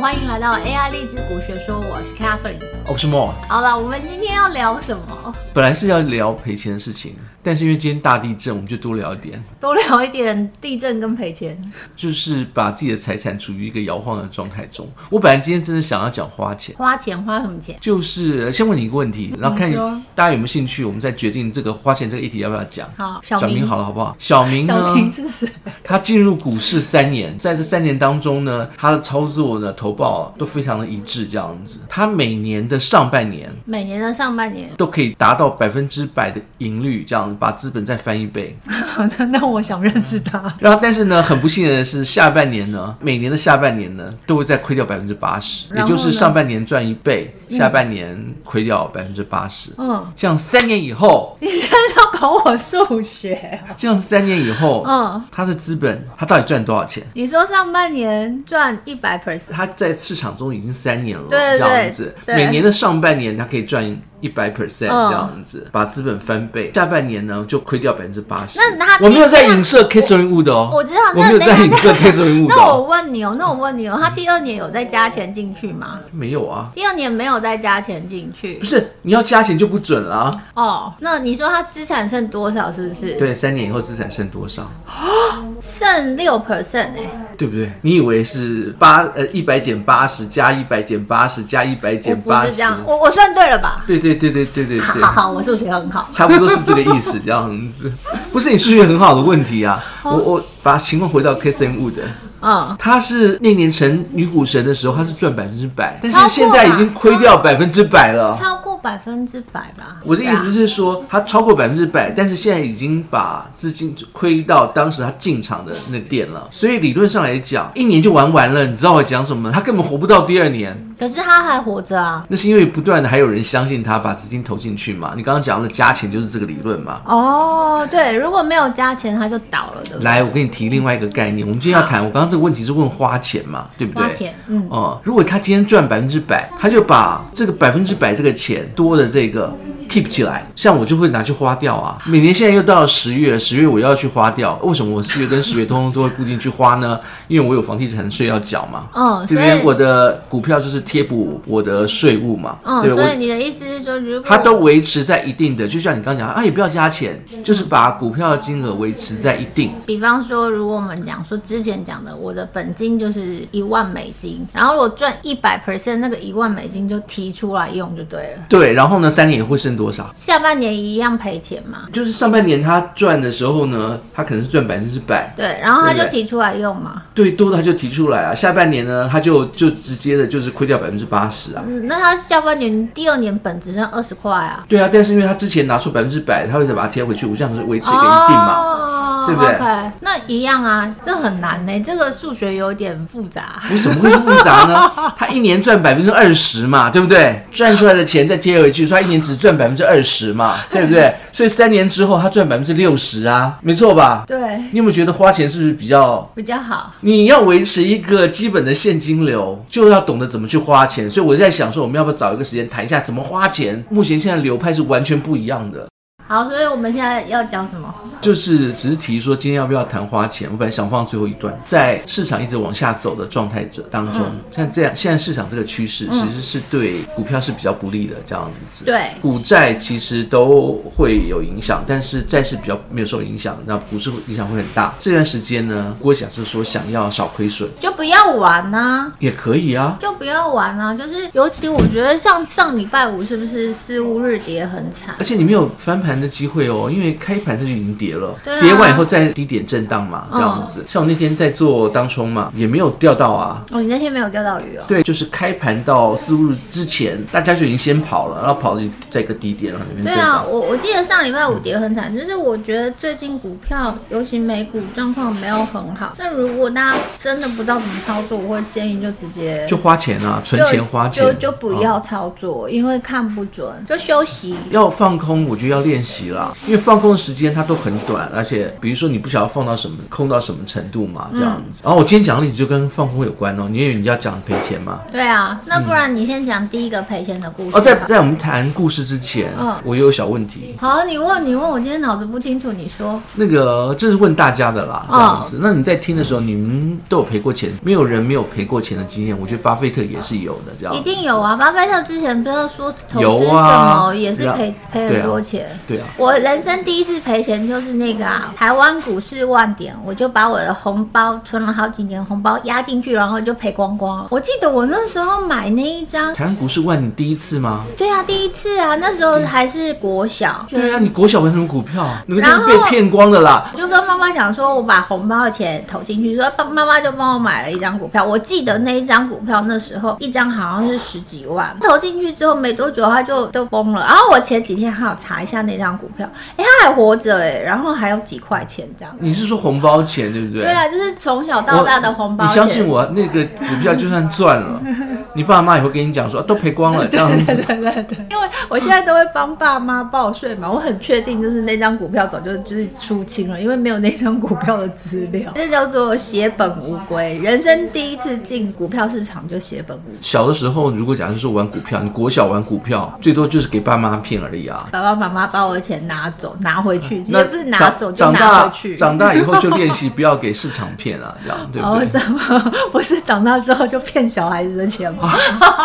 欢迎来到 AI 荔枝股学说，我是 Catherine。我是 More，好了，我们今天要聊什么？本来是要聊赔钱的事情，但是因为今天大地震，我们就多聊一点，多聊一点地震跟赔钱。就是把自己的财产处于一个摇晃的状态中。我本来今天真的想要讲花钱，花钱花什么钱？就是先问你一个问题，然后看你说大家哦有没有啊兴趣，我们再决定这个花钱这个议题要不要讲。好，小小明明，好了，好不好？小明小呢？明是谁？他进入股市三年，在这三年当中呢，他的操作呢、投报都非常的一致，这样子。他每年的上半年每年的上半年，都可以达到百分之百的盈率，这样把资本再翻一倍。那 那我想认识他。然后，但是呢，很不幸的是，下半年呢，每年的下半年呢，都会再亏掉百分之八十，也然后呢就是上半年赚一倍，下半年亏掉百分之八十。嗯，这样三年以后，你现在是要考我数学？这样三年以后，嗯，他的资本他到底赚多少钱？你说上半年赚一百 percent，他在市场中已经三年了，对对这样子，对每年的上半年他可以赚一百 percent 这嗯样子，把资本翻倍，下半年呢就亏掉百分之八十。那他我没有在影射 Catherine Wood 哦，我知道那我没有在等一下影射 Catherine Wood 那我哦，问你哦，那我问你哦，他第二年有再加钱进去吗？没有啊。第二年没有再加钱进去不是你要加钱就不准了、啊。哦。那你说他资产剩多少？是不是？，对，三年以后资产剩多少，剩六 percent 哎。对不对？你以为是八呃一百减八十加一百减八十加一百我减不八是这十？样，我我算对了吧？对对对对对对好对好，好，我数学很好。差不多是这个意思，这样子。 不是你数学很好的问题啊，我我把情况回到 K C M Wood，嗯，他是那年成女股神的时候，他是赚百分之百，但超过是现在已吧经亏掉百分之百了。超过百分之百吧。我的意思对啊，是说，他超过百分之百，但是现在已经把资金亏到当时他进场的那个点了，所以理论上来讲，一年就玩完了。你知道我讲什么吗？他根本活不到第二年，啊可是他还活着啊。那是因为不断的还有人相信他，把资金投进去嘛。你刚刚讲的加钱就是这个理论嘛。哦，对，如果没有加钱，他就倒了，对不对？来，我给你提另外一个概念，我们今天要谈，我刚刚这个问题是问花钱嘛，对不对？花钱，嗯，哦、如果他今天赚百分之百，他就把这个百分之百这个钱多的这个 keep 起来，像我就会拿去花掉啊。每年现在又到了十月，十月我又要去花掉，为什么我四月跟十月通通都会固定去花呢？因为我有房地产税要缴嘛。嗯，这所边我以，的股票就是贴补我的税务嘛，嗯，对所以我。你的意思是说，如果它都维持在一定的，就像你刚刚讲，啊，也不要加钱，就是把股票的金额维持在一定。比方说，如果我们讲说之前讲的，我的本金就是一万美金，然后我赚一百 percent，那个一万美金就提出来用就对了。对，然后呢，三年也会剩多少？下半年一样赔钱嘛？就是上半年他赚的时候呢，他可能是赚百分之百，对，然后他就对提出来用嘛。对多的他就提出来啊，下半年呢他就就直接的就是亏掉百分之八十啊。嗯，那他下半年第二年本只剩二十块啊，对啊，但是因为他之前拿出百分之百，他会再把它贴回去，我这样子维持一个一定嘛。哦对不对 o k 那一样啊，这很难呢、这个数学有点复杂。我怎么会是复杂呢？他一年赚百分之二十嘛，对不对？赚出来的钱再贴回去，所以他一年只赚百分之二十嘛，对不对？所以三年之后他赚百分之六十啊，没错吧？对，你有没有觉得花钱是不是比较比较好。你要维持一个基本的现金流，就要懂得怎么去花钱。所以我在想说，我们要不要找一个时间谈一下怎么花钱？目前现在流派是完全不一样的，好，所以我们现在要讲什么？就是只是提说今天要不要谈花钱。我本来想放最后一段，在市场一直往下走的状态者当中，像这样现在市场这个趋势其实是对股票是比较不利的，这样子。对股债其实都会有影响，但是债市比较没有受影响，那股市影响会很大。这段时间呢，郭想是说想要少亏损。就不要玩呐、也可以啊，就不要玩啊！就是尤其我觉得像上礼拜五是不是四五日跌很惨而？且你没有翻盘的机会哦，因为开盘它就已经跌了，对啊跌完以后再低点震荡嘛，嗯这样子。像我那天在做当冲嘛，也没有钓到啊。哦，你那天没有钓到鱼哦。对，就是开盘到四五日之前，大家就已经先跑了，然后跑到在一个低点，然后那对边震啊，荡。我我记得上礼拜五跌很惨，就是我觉得最近股票，尤其美股状况没有很好。但如果大家真的不知道怎么操作，我会建议就直接就花钱啊，存钱花钱就就就不啊要操作，因为看不准，就休息。要放空，我就要练习啦，因为放空的时间它都很短，而且比如说你不晓得放到什么空到什么程度嘛，这样嗯子。然后我今天讲的例子就跟放空有关哦，你以为你要讲赔钱吗？对啊，那不然你先讲第一个赔钱的故事吧。哦，在在我们谈故事之前，嗯我有小问题，好，你问你问我，今天脑子不清楚，你说那个这是问大家的啦，哦这样子。那你在听的时候，你们都有赔过钱，没有人没有赔过钱的经验，我觉得巴菲特也是有的，这样一子。定有啊。巴菲特之前不要说投资有什么，啊也是赔赔对很啊多钱。对啊，我人生第一次赔钱就是那个啊，台湾股市万点，我就把我的红包存了好几年，红包压进去，然后就赔光光了。我记得我那时候买那一张，台湾股市万，你第一次吗？对啊，第一次啊，那时候还是国小，就对啊，你国小玩什么股票？你们然都后是被骗光的啦。我就跟妈妈讲说，我把红包的钱投进去，所以爸妈妈就帮我买了一张股票。我记得那一张股票那时候一张好像是十几万，投进去之后没多久它就都崩了。然后我前几天还有查一下那张股票，哎、它还活着哎、然后还有几块钱这样。你是说红包钱对不对？对啊，就是从小到大的红包你钱。相信 我，那个股票就算赚了，你爸妈也会跟你讲说、啊都赔光了这样子。因为我现在都会帮爸妈报税嘛，我很确定就是那张股票早就就是出清了，因为没有那张股票的资料， 那叫做血本无归。人生第一次进股票市场就血本无归。小的时候，如果假设说玩股票，你国小玩股票，最多就是给爸妈骗而已啊。爸爸妈妈把我的钱拿走，拿回去，那也不是拿走，就长长拿大回去。哦长大以后就练习不要给市场骗 啊，这样对然后不对？长，我是长大之后就骗小孩子的钱嘛。啊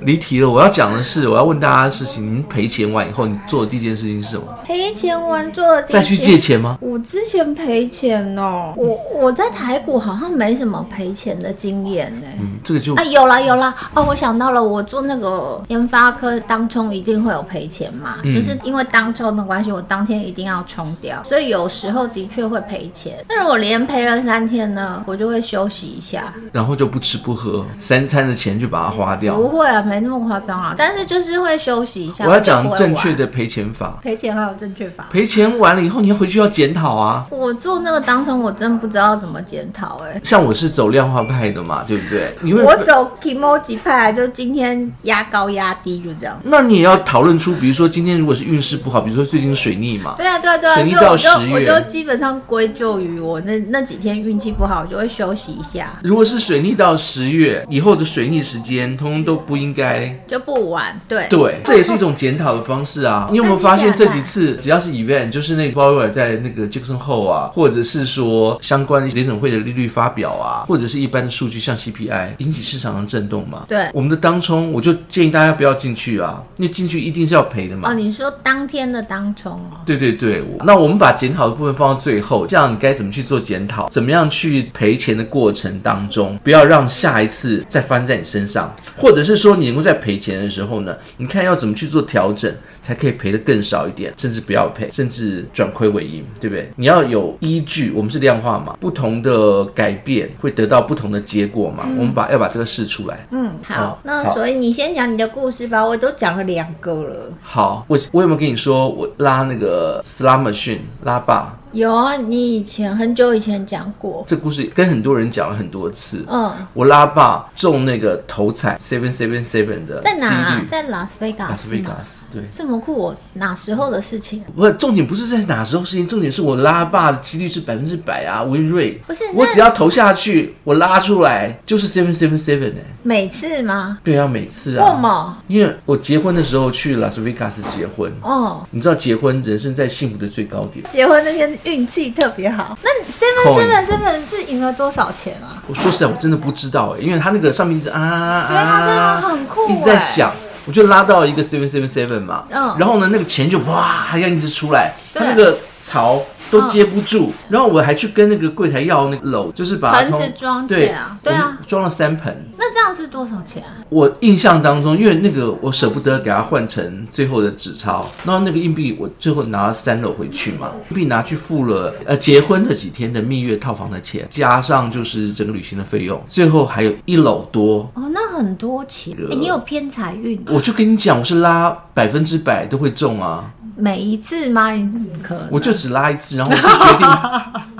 离题了，我要讲的是，我要问大家的事情：你们赔钱完以后，你做的第一件事情是什么？赔钱完做的第一再去借钱吗？我之前赔钱哦，我我在台股好像没什么赔钱的经验呢、嗯，这个就啊，有啦有啦！哦，我想到了，我做那个研发科当冲一定会有赔钱嘛，嗯就是因为当冲的关系，我当天一定要冲掉，所以有时候的确会赔钱。但是我连赔了三天呢，我就会休息一下。然后就不吃不喝，三餐的钱就把它花掉。不会啊，没那么夸张啊，但是就是会休息一下。哦我要就不讲会正玩确的赔钱法，赔钱还有正确法。赔钱完了以后，你要回去要检讨啊。我做那个当冲，我真不知道怎么检讨哎、像我是走量化派的嘛，对不对？你会我走 emoji 派，就今天压高压低，就这样。那你也要讨论出，比如说今天如果是运势不好，比如说最近水逆嘛，对啊，对啊，对啊，所省一以到我就10我元就基本上归咎于我那那几天运气不好，我就会休息一下，如果是水逆到十月以后的水逆时间，通通都不应该。就不玩。对，对，这也是一种检讨的方式啊。你有没有发现这几次只要是 event，就是那个鲍威尔在那个杰克逊后啊，或者是说相关的联准会的利率发表啊，或者是一般的数据像 CPI 引起市场的震动嘛？对我们的当冲我就建议大家不要进去啊，因为进去一定是要赔的嘛。哦，你说当天的当冲哦，对对对，我那我们把检讨的部分放到最后，这样你该怎么去做检讨？怎么样去赔钱的过程当中，不要让下一次再发生在你身上，或者是说你能够在赔钱的时候呢，你看要怎么去做调整，才可以赔的更少一点，甚至不要赔，甚至转亏为盈，对不对？你要有依据，我们是量化嘛，不同的改变会得到不同的结果嘛，我们把要把这个试出来。嗯，好好，那好所以你先讲你的故事吧，我都讲了两个了。好，我我有没有跟你说我拉那个 slam machine 拉霸？有啊，你以前很久以前讲过，这故事跟很多人讲了很多次。嗯，我拉霸中那个头彩 seven seven seven 的在哪、几啊率？，在拉斯维拉加斯斯维吗加斯对。这么酷、哦，哪时候的事情啊？不，重点不是在哪时候事情，重点是我拉霸的几率是百分之百啊，win rate。不是我那只要投下去，我拉出来就是 seven seven seven 哎。每次吗？对啊，每次过啊，吗？因为我结婚的时候去拉斯维加斯结婚，哦，你知道结婚人生在幸福的最高点。结婚那天运气特别好。那 seven seven seven 是赢了多少钱啊？我说实在，我真的不知道哎，因为他那个上面一直啊对啊啊，真的很酷一直在哎想，我就拉到一个 seven seven seven 嘛，嗯然后呢，那个钱就哇，要一直出来，对嗯他那个槽都接不住，然后我还去跟那个柜台要那个篓，就是把它盆子从装起对来啊我对啊们装了三盆。那这样是多少钱啊？我印象当中，因为那个我舍不得给它换成最后的纸钞，然后那个硬币我最后拿了三篓回去嘛，硬币拿去付了呃结婚这几天的蜜月套房的钱，加上就是整个旅行的费用，最后还有一篓多。哦，那很多钱。这个诶你有偏财运吗我就跟你讲，我是拉百分之百都会中啊，每一次吗？你怎么可能？我就只拉一次，然后我就决定，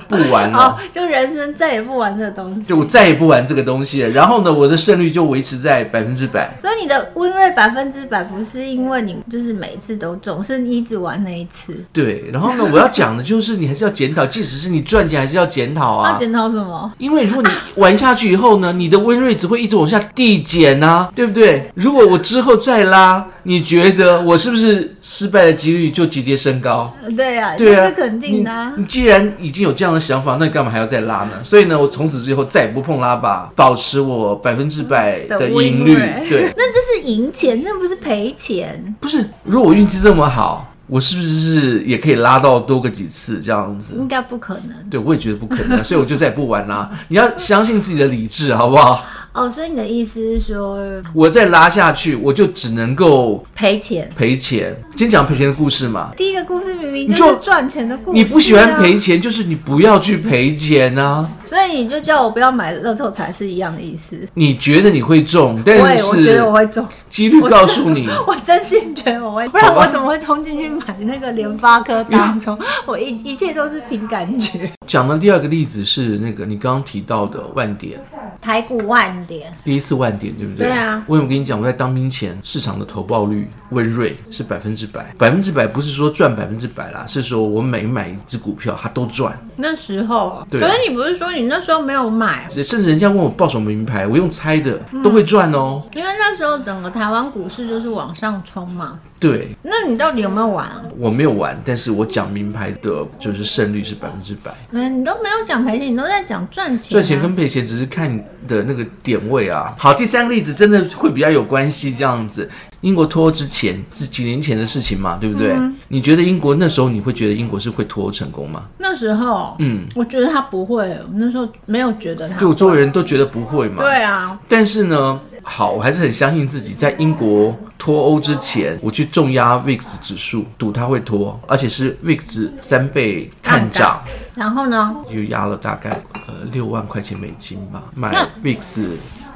不玩哦了。，就人生再也不玩这个东西就。我再也不玩这个东西了。然后呢，我的胜率就维持在百分之百。所以你的 win rate 百分之百不是因为你就是每一次都中，是你一直玩那一次。对，然后呢，我要讲的就是你还是要检讨，即使是你赚钱，还是要检讨要啊。检讨什么？因为如果你玩下去以后呢，你的温瑞只会一直往下递减啊，对不对？如果我之后再拉，你觉得我是不是失败的几率就节节升高？呃对啊，对这啊，是肯定的、啊你。。你既然已经有这样的想法，那你干嘛还要再拉呢？所以呢，我从此之后再也不碰拉吧，保持我百分之百嗯的的温赢率瑞。对，那这是赢钱，那不是赔钱。不是，如果我运气这么好，我是不是也可以拉到多个几次这样子？应该不可能对，我也觉得不可能啊，所以我就再也不玩啦。你要相信自己的理智，好不好？哦，所以你的意思是说我再拉下去，我就只能够赔钱？赔钱。先讲赔钱的故事嘛。第一个故事明明你就就是赚钱的故事、啊你不喜欢，赔钱，就是你不要去赔钱啊！所以你就叫我不要买乐透彩是一样的意思。你觉得你会中，但会，我觉是得我会中，几率告诉你， 我真心觉得我会，不然好吧我怎么会冲进去买那个联发科当 中？我一一切都是凭感觉。讲的第二个例子是那个你刚刚提到的万点，台股万点，第一次万点，对不对？对啊我有没有跟你讲，我在当兵前市场的投报率温瑞是百分之百，百分之百不是说赚百分之百啦，是说我每买一只股票它都赚，那时候，啊对啊可是你不是说你那时候没有买？甚至人家问我报什么名牌，我用猜的都会赚哦。因为那时候整个台湾股市就是往上冲嘛。对，那你到底有没有玩？我没有玩，但是我讲名牌的，就是胜率是百分之百。嗯，你都没有讲赔钱，你都在讲赚钱、啊。赚钱跟赔钱只是看你的那个点位啊。好，第三个例子真的会比较有关系，这样子。英国脱欧之前是几年前的事情嘛，对不对？嗯你觉得英国那时候你会觉得英国是会脱欧成功吗？那时候，嗯，我觉得他不会，我那时候没有觉得他对我周围人都觉得不会嘛。对啊，但是呢，好，我还是很相信自己。在英国脱欧之前，我去重压 VIX 指数，赌它会脱，而且是 VIX 三倍看涨，然后呢？又压了大概呃六万块钱美金吧，买那 VIX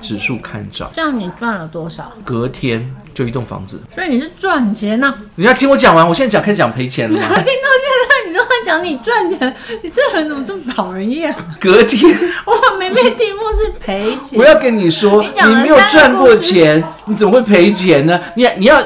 指数看涨，这样你赚了多少？隔天就一栋房子。所以你是赚钱呢、你要听我讲完，我现在讲开始讲赔 钱了我吗听？到现在你都在讲你赚钱，你这人怎么这么讨人厌、啊？ 隔天，我明明题目是赔钱我，要跟你说，你讲你了没有三赚个过故事钱，你怎么会赔钱呢？你你要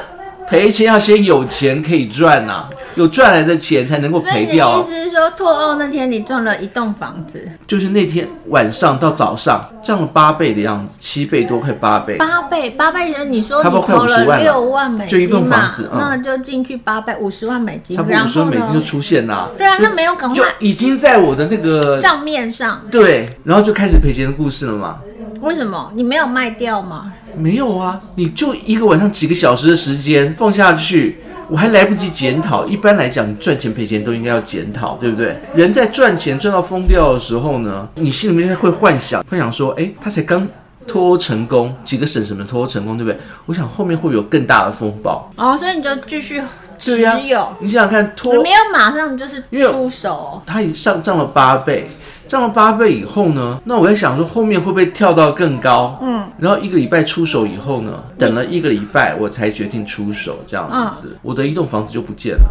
赔钱，要先有钱可以赚呐、有赚来的钱才能够所以赔你掉啊、的意思是说脱欧那天你赚了一栋房子就是那天晚上到早上涨了八倍的样子，七倍多，快八倍。八倍，八倍就是你说差你不多快投50万了六万美就一金栋嘛房子，嗯那就进去八倍五十万美金差，不多然五十后万美金就呢？出现啦，对啊，那没有赶就快已经在我的那个账面上，对，然后就开始赔钱的故事了嘛。为什么你没有卖掉吗？没有啊，你就一个晚上几个小时的时间放下去，我还来不及检讨。一般来讲，你赚钱赔钱都应该要检讨，对不对？人在赚钱赚到疯掉的时候呢，你心里面会幻想，幻想说，哎，他才刚脱欧成功，几个省什么脱欧成功，对不对？我想后面会不会有更大的风暴。哦，所以你就继续持对呀、有，你想想看，你脱没有马上就是因为出手，哦它已上涨了八倍，涨了八倍以后呢，那我在想说后面会不会跳到更高？嗯，然后一个礼拜出手以后呢，等了一个礼拜我才决定出手，这样子，嗯我的一栋房子就不见了，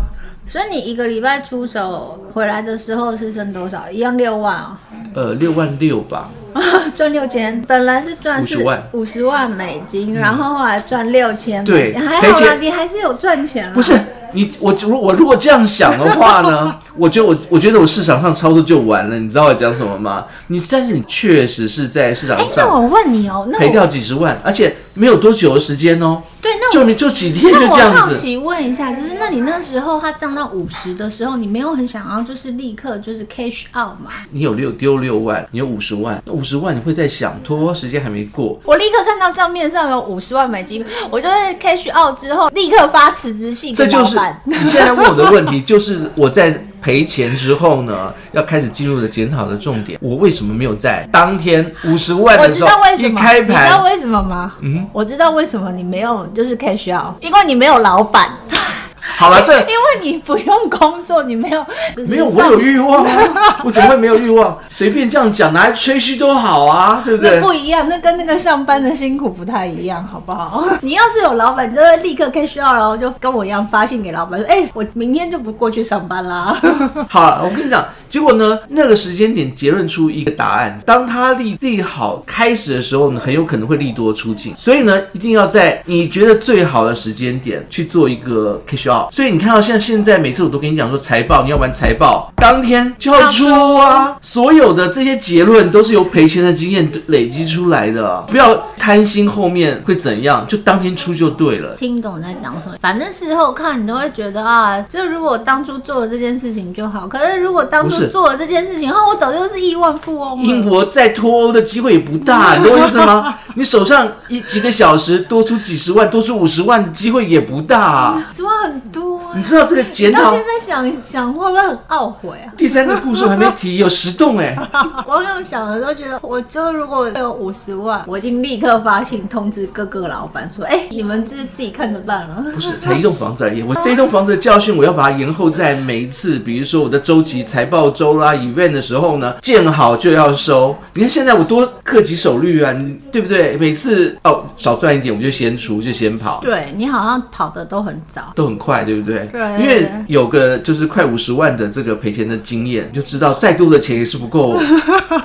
所以你一个礼拜出手回来的时候是剩多少？一样六万啊、呃，六万六吧， 赚六千，本来是赚是50万五十万美金，然后后来赚六千美嗯对金，还好赔啦，钱你还是有赚钱啊。不是。你我如我如果这样想的 话呢，我觉得我我觉得我市场上操作就完了，你知道我讲什么吗？你但是你确实是在市场哎，那上我问你哦，那赔我掉几十万，而且没有多久的时间哦，对，那就我你就几天就那这我样好子。奇问一下，就是那你那时候它涨到五十的时候，你没有很想要就是立刻就是 cash out 吗？你有六丢六万，你有五十万，那五十万你会在想，脱欧时间还没过，我立刻看到账面上有五十万美金，我就是 cash out 之后立刻发辞职信给这老就是板。你现在问我的问题， 就是我在赔钱之后呢，要开始进入的检讨的重点。我为什么没有在当天五十 万我的知时道候为一什么，开你知道盘？为什么吗？嗯，我知道为什么你没有就是 cash out，因为你没有老板。好 了，这因为你不用工作，你没有就是没有我上有欲望啊， 我怎么会没有欲望？随便这样讲，拿来吹嘘都好啊，对不对那？不一样，那跟那个上班的辛苦不太一样，好不好？ 你要是有老板，你就会立刻 cash out，然后就跟我一样发信给老板说：“哎、我明天就不过去上班啦。 好，我跟你讲，结果呢，那个时间点结论出一个答案：当他利利好开始的时候，你很有可能会利多出尽。所以呢，一定要在你觉得最好的时间点去做一个 cash out。所以你看到像现在每次我都跟你讲说财报，你要玩财报，当天就要出啊。所有的这些结论都是由赔钱的经验累积出来的，不要贪心后面会怎样，就当天出就对了。听懂在讲什么。反正事后看你都会觉得啊，就如果当初做了这件事情就好。可是如果当不初是做了这件事情，然后我早就是亿万富翁英了。国再脱欧的机会也不 大，你懂我意思吗？你手上一几个小时多出几十万、多出五十万的机会也不大。什么很多、啊你知道这个检你到讨现在想想会不会很懊悔啊？第三个故事我还没提，有十栋 哎、我有想的时候觉得，我就如果有五十万，我已经立刻发信通知各个老板说，哎、你们是自己看着办了。不是，才一栋房子而已。我这一栋房子的教训，我要把它延后在每一次，比如说我的周期财报周啦、event 的时候呢，见好就要收。你看现在我多克己守律啊，你对不对？每次哦少赚一点，我就先出，就先跑。 对你好像跑的都很早，都很快，对不对？对因为有个就是快五十万的这个赔钱的经验，你就知道再多的钱也是 不够，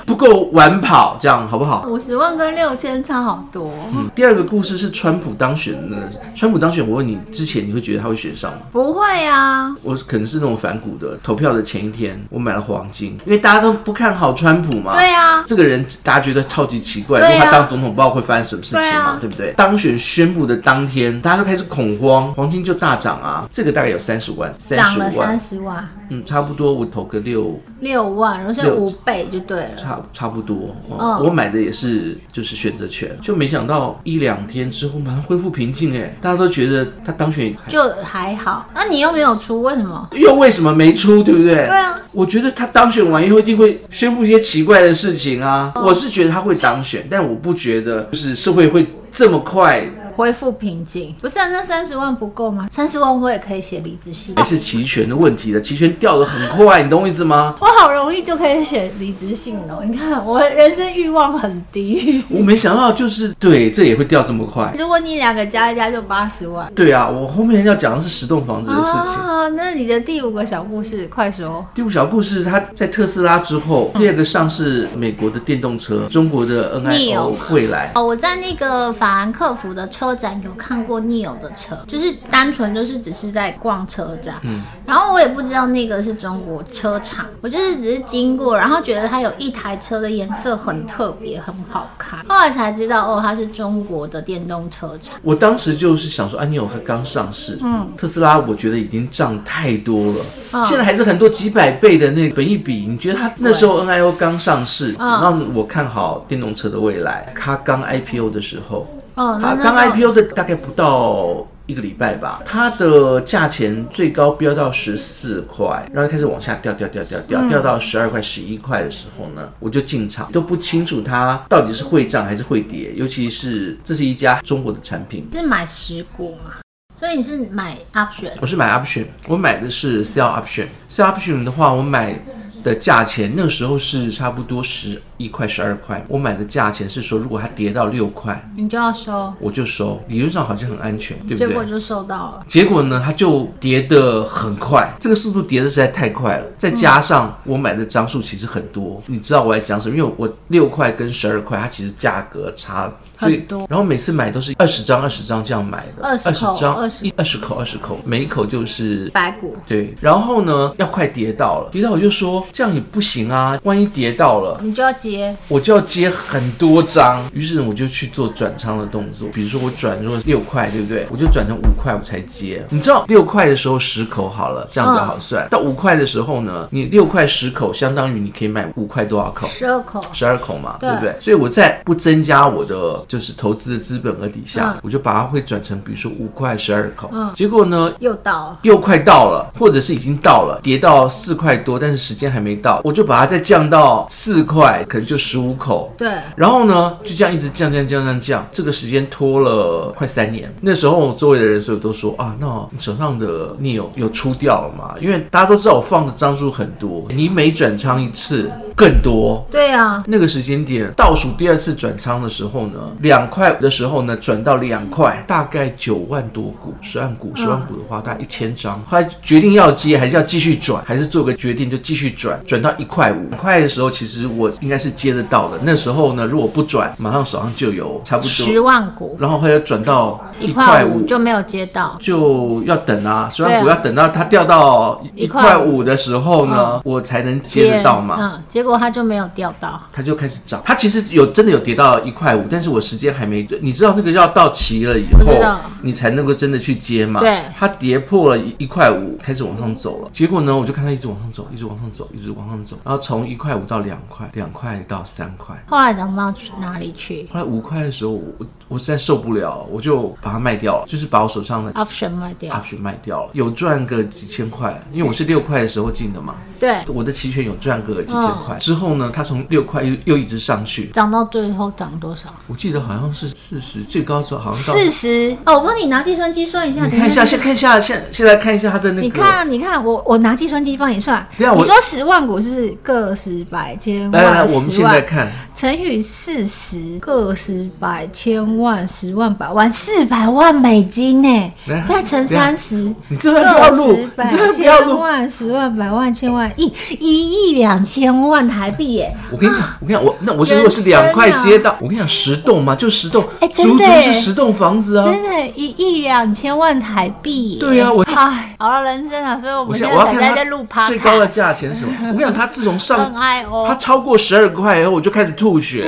不够玩跑，这样好不好？五十万跟六千差好多，嗯，第二个故事是川普当选的。川普当选，我问你，之前你会觉得他会选上吗？不会啊。我可能是那种反骨的，投票的前一天，我买了黄金，因为大家都不看好川普嘛。对啊，这个人大家觉得超级奇怪，对啊如果他当总统，不知道会发生什么事情嘛，对啊对不对？当选宣布的当天，大家都开始恐慌，黄金就大涨啊，这个大概有三十万，三涨十了万三，十万，嗯，差不多，我投个六，六万，而且六五倍就对了。差差不多、哦嗯我买的也是就是选择权，就没想到一两天之后马上恢复平静，哎，大家都觉得他当选还就还好，那你又没有出，为什么？又为什么没出，对不对？对对啊，我觉得他当选完以后一定会宣布一些奇怪的事情啊。嗯我是觉得他会当选，但我不觉得就是社会会这么快，恢复平静，不是、啊、那三十万不够吗？三十万我也可以写离职信还，是期权的问题的，期权掉的很快，你懂我意思吗？我好容易就可以写离职信了。你看我人生欲望很低， 我没想到就是对，这也会掉这么快。如果你两个加一加就八十万。对啊，我后面要讲的是十栋房子的事情。啊，那你的第五个小故事，快说！第五小故事，它在特斯拉之后，嗯第二个上市美国的电动车，中国的 NIO NIO 未来。哦，我在那个法兰克福的车展有看过 Neo 的车，就是单纯就是只是在逛车展，嗯，然后我也不知道那个是中国车厂，我就是只是经过，然后觉得它有一台车的颜色很特别，很好看，后来才知道哦，它是中国的电动车厂。我当时就是想说，安妮欧它刚上市，嗯，特斯拉我觉得已经涨太多了，嗯现在还是很多几百倍的那个本益比，你觉得它那时候 NIO 刚上市，嗯让我看好电动车的未来，它刚 IPO 的时候，哦，那它那刚时候 IPO 的大概不到。一个礼拜吧，它的价钱最高飙到十四块，然后开始往下掉，掉，掉，掉，掉，嗯掉到十二块、十一块的时候呢，我就进场，都不清楚它到底是会涨还是会跌，尤其是这是一家中国的产品，是买实股嘛，所以你是买 option，我是买 option，我买的是 sell option。sell option 的话，我买的价钱那个时候是差不多十一块、十二块。我买的价钱是说，如果它跌到六块，你就要收，我就收。理论上好像很安全，对不结果对？就收到了。结果呢，它就跌得很快，这个速度跌得实在太快了。再加上我买的张数其实很多，你知道我在讲什么？因为我六块跟十二块，它其实价格差所以很多然后每次买都是二十张、二十张这样买的， 20口张、 20一二十口、二十口，每一口就是白股对，然后呢，要快跌到了，跌到我就说这样也不行啊，万一跌到了，你就要接，我就要接很多张。于是我就去做转仓的动作，比如说我转如果六块，对不对？我就转成五块我才接。你知道六块的时候十口好了，这样比较好嗯算。到五块的时候呢，你六块十口相当于你可以买五块多少口？十二口十二口嘛，对对不对？所以我在不增加我的就是投资的资本额底下，嗯我就把它会转成比如说五块十二口。嗯结果呢，又到了，又快到了，或者是已经到了，跌到四块多，但是时间还没到，我就把它再降到四块，可能就十五口。对，然后呢，就这样一直降降降降降，这个时间拖了快三年。那时候周围的人所有都说啊，那你手上的你有有出掉了吗？因为大家都知道我放的张数很多，你每转仓一次，更多。对啊，那个时间点倒数第二次转仓的时候呢，两块的时候呢，转到两块，大概九万多股，十万股，十万股的话大概一千张。后来决定要接，还是要继续转，还是做个决定就继续转，转到一块五。两块的时候，其实我应该是接得到的。那时候呢，如果不转，马上手上就有差不十多，万股然后后来又转到一一块块五五。就没有接到，就要等啊，十万股对要啊等到它掉到一一块块五的时候呢，我才能接得到嘛。嗯，结果他就没有钓到，它就开始涨。它其实有真的有跌到一块五，但是我时间还没，你知道那个要到期了以我知后道，你才能够真的去接嘛。对它跌破了一块五，开始往上走了。结果呢，我就看它一直往上走，一直往上走，一直往上走，然后从一块五到两块，两块到三块。后来涨到去哪里去后来五块的时候，我我我实在受不了，我就把它卖掉了，就是把我手上啊的？option 卖掉， option 卖掉了，有赚个几千块，因为我是六块的时候进的嘛，对，我的期权有赚个几千块。嗯之后呢，它从六块又又一直上去，涨到最后涨多少？我记得好像是四十，最高时候好像到。四十。哦，我帮你拿计算机算一下，你等看一下，先看一下，现现在看一下它的那个。你看啊，你看，我我拿计算机帮你算。等一下你我说十万股是不是个十百千来来来，万哎我们十现在万看，乘以四十，个十百千万十万百万四百万美金呢来，再乘等一下三十，你这段不要个录，十你百这段不要千啊录。万十万百万千万亿一亿两千万台币耶！我跟你讲，我跟你讲，我那我是如果是两块接到，我跟你讲十栋嘛，就十栋，哎真的足足耶是十栋房子啊。真的，一亿两千万台币耶！对呀我哎，好了，人生啊，所以我我们现现在我要在看才在录它 p 最高的价钱是什么？我跟你讲，它自 从上 NIO 它超过十二块以后，我就开始 吐血，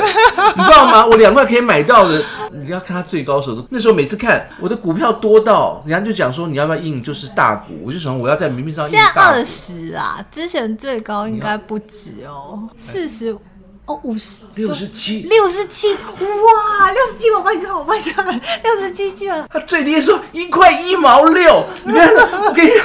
你知道吗？我两块可以买到的，你要看它最高时候，那时候每次看我的股票多到，人家就讲说你要不要印就是大股，我就想我要在明面上印现在大股二。十啊，之前最高应该不止哦，四十哦，五十哎六十七，六十七，哇，六十七，我帮你算，我帮你算，六十七居然它最低的时候一块一毛六，你看，我跟你讲，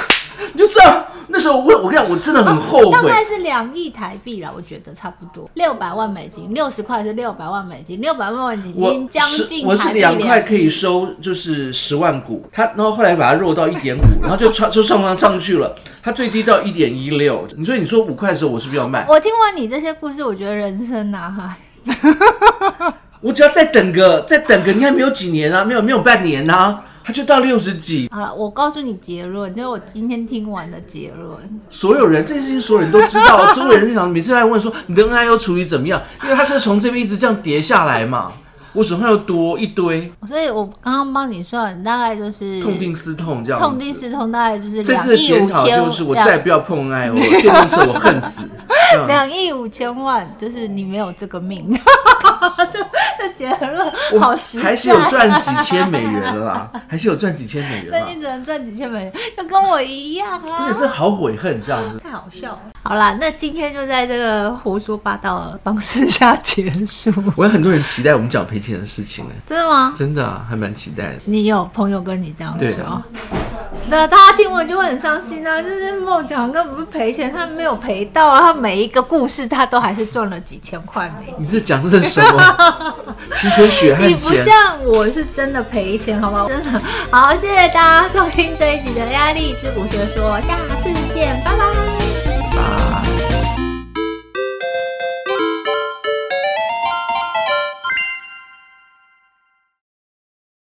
你就知道那时候我我跟你讲，我真的很后大悔。概是两亿台币啦，我觉得差不多六百万美金，六十块是六百万美金，六百万美我金将是近我是台币两块可以收，就是十万股，它然后后来把它弱到一点五，然后就上就上上上去了，它最低到一点一六。你说你说五块的时候，我是不是要卖？我听完你这些故事，我觉得人生呐、啊，我只要再等个再等个，你看没有几年啊，没有没有半年啊，它就到六十几。 好了，我告诉你结论，就是我今天听完的结论。所有人这件事情，所有人都知道，周围人想每次在问说你的 NIO 处理怎么样，因为它是从这边一直这样跌下来嘛，我手上又多一堆，所以我刚刚帮你算，大概就是痛定思痛这样嗯子。痛定思痛，大概就是这两次的亿检五讨千，就是我再也不要碰 NIO，了电动车我 恨死。嗯这样两亿五千万，就是你没有这个命。 这这结论好实在，还是有赚几千美元的啦，还是有赚几千美元所以啦你。只能赚几千美元，就跟我一样而啊且。这好悔恨这样子，太好笑了。好啦，那今天就在这个胡说八道的方式下结束。我有很多人期待我们讲赔钱的事情哎、 真的吗？真的、啊、还蛮期待的。你有朋友跟你这样对说啊？对啊，大家听完就会很伤心啊！就是梦强根本不是赔钱，他没有赔到啊，他每一个故事他都还是赚了几千块美金。你这讲的是什么？青春血汗你不钱。像我是真的赔钱，好不好？真的好，谢谢大家收听这一集的《压力之股学说》，下次见，拜拜。啊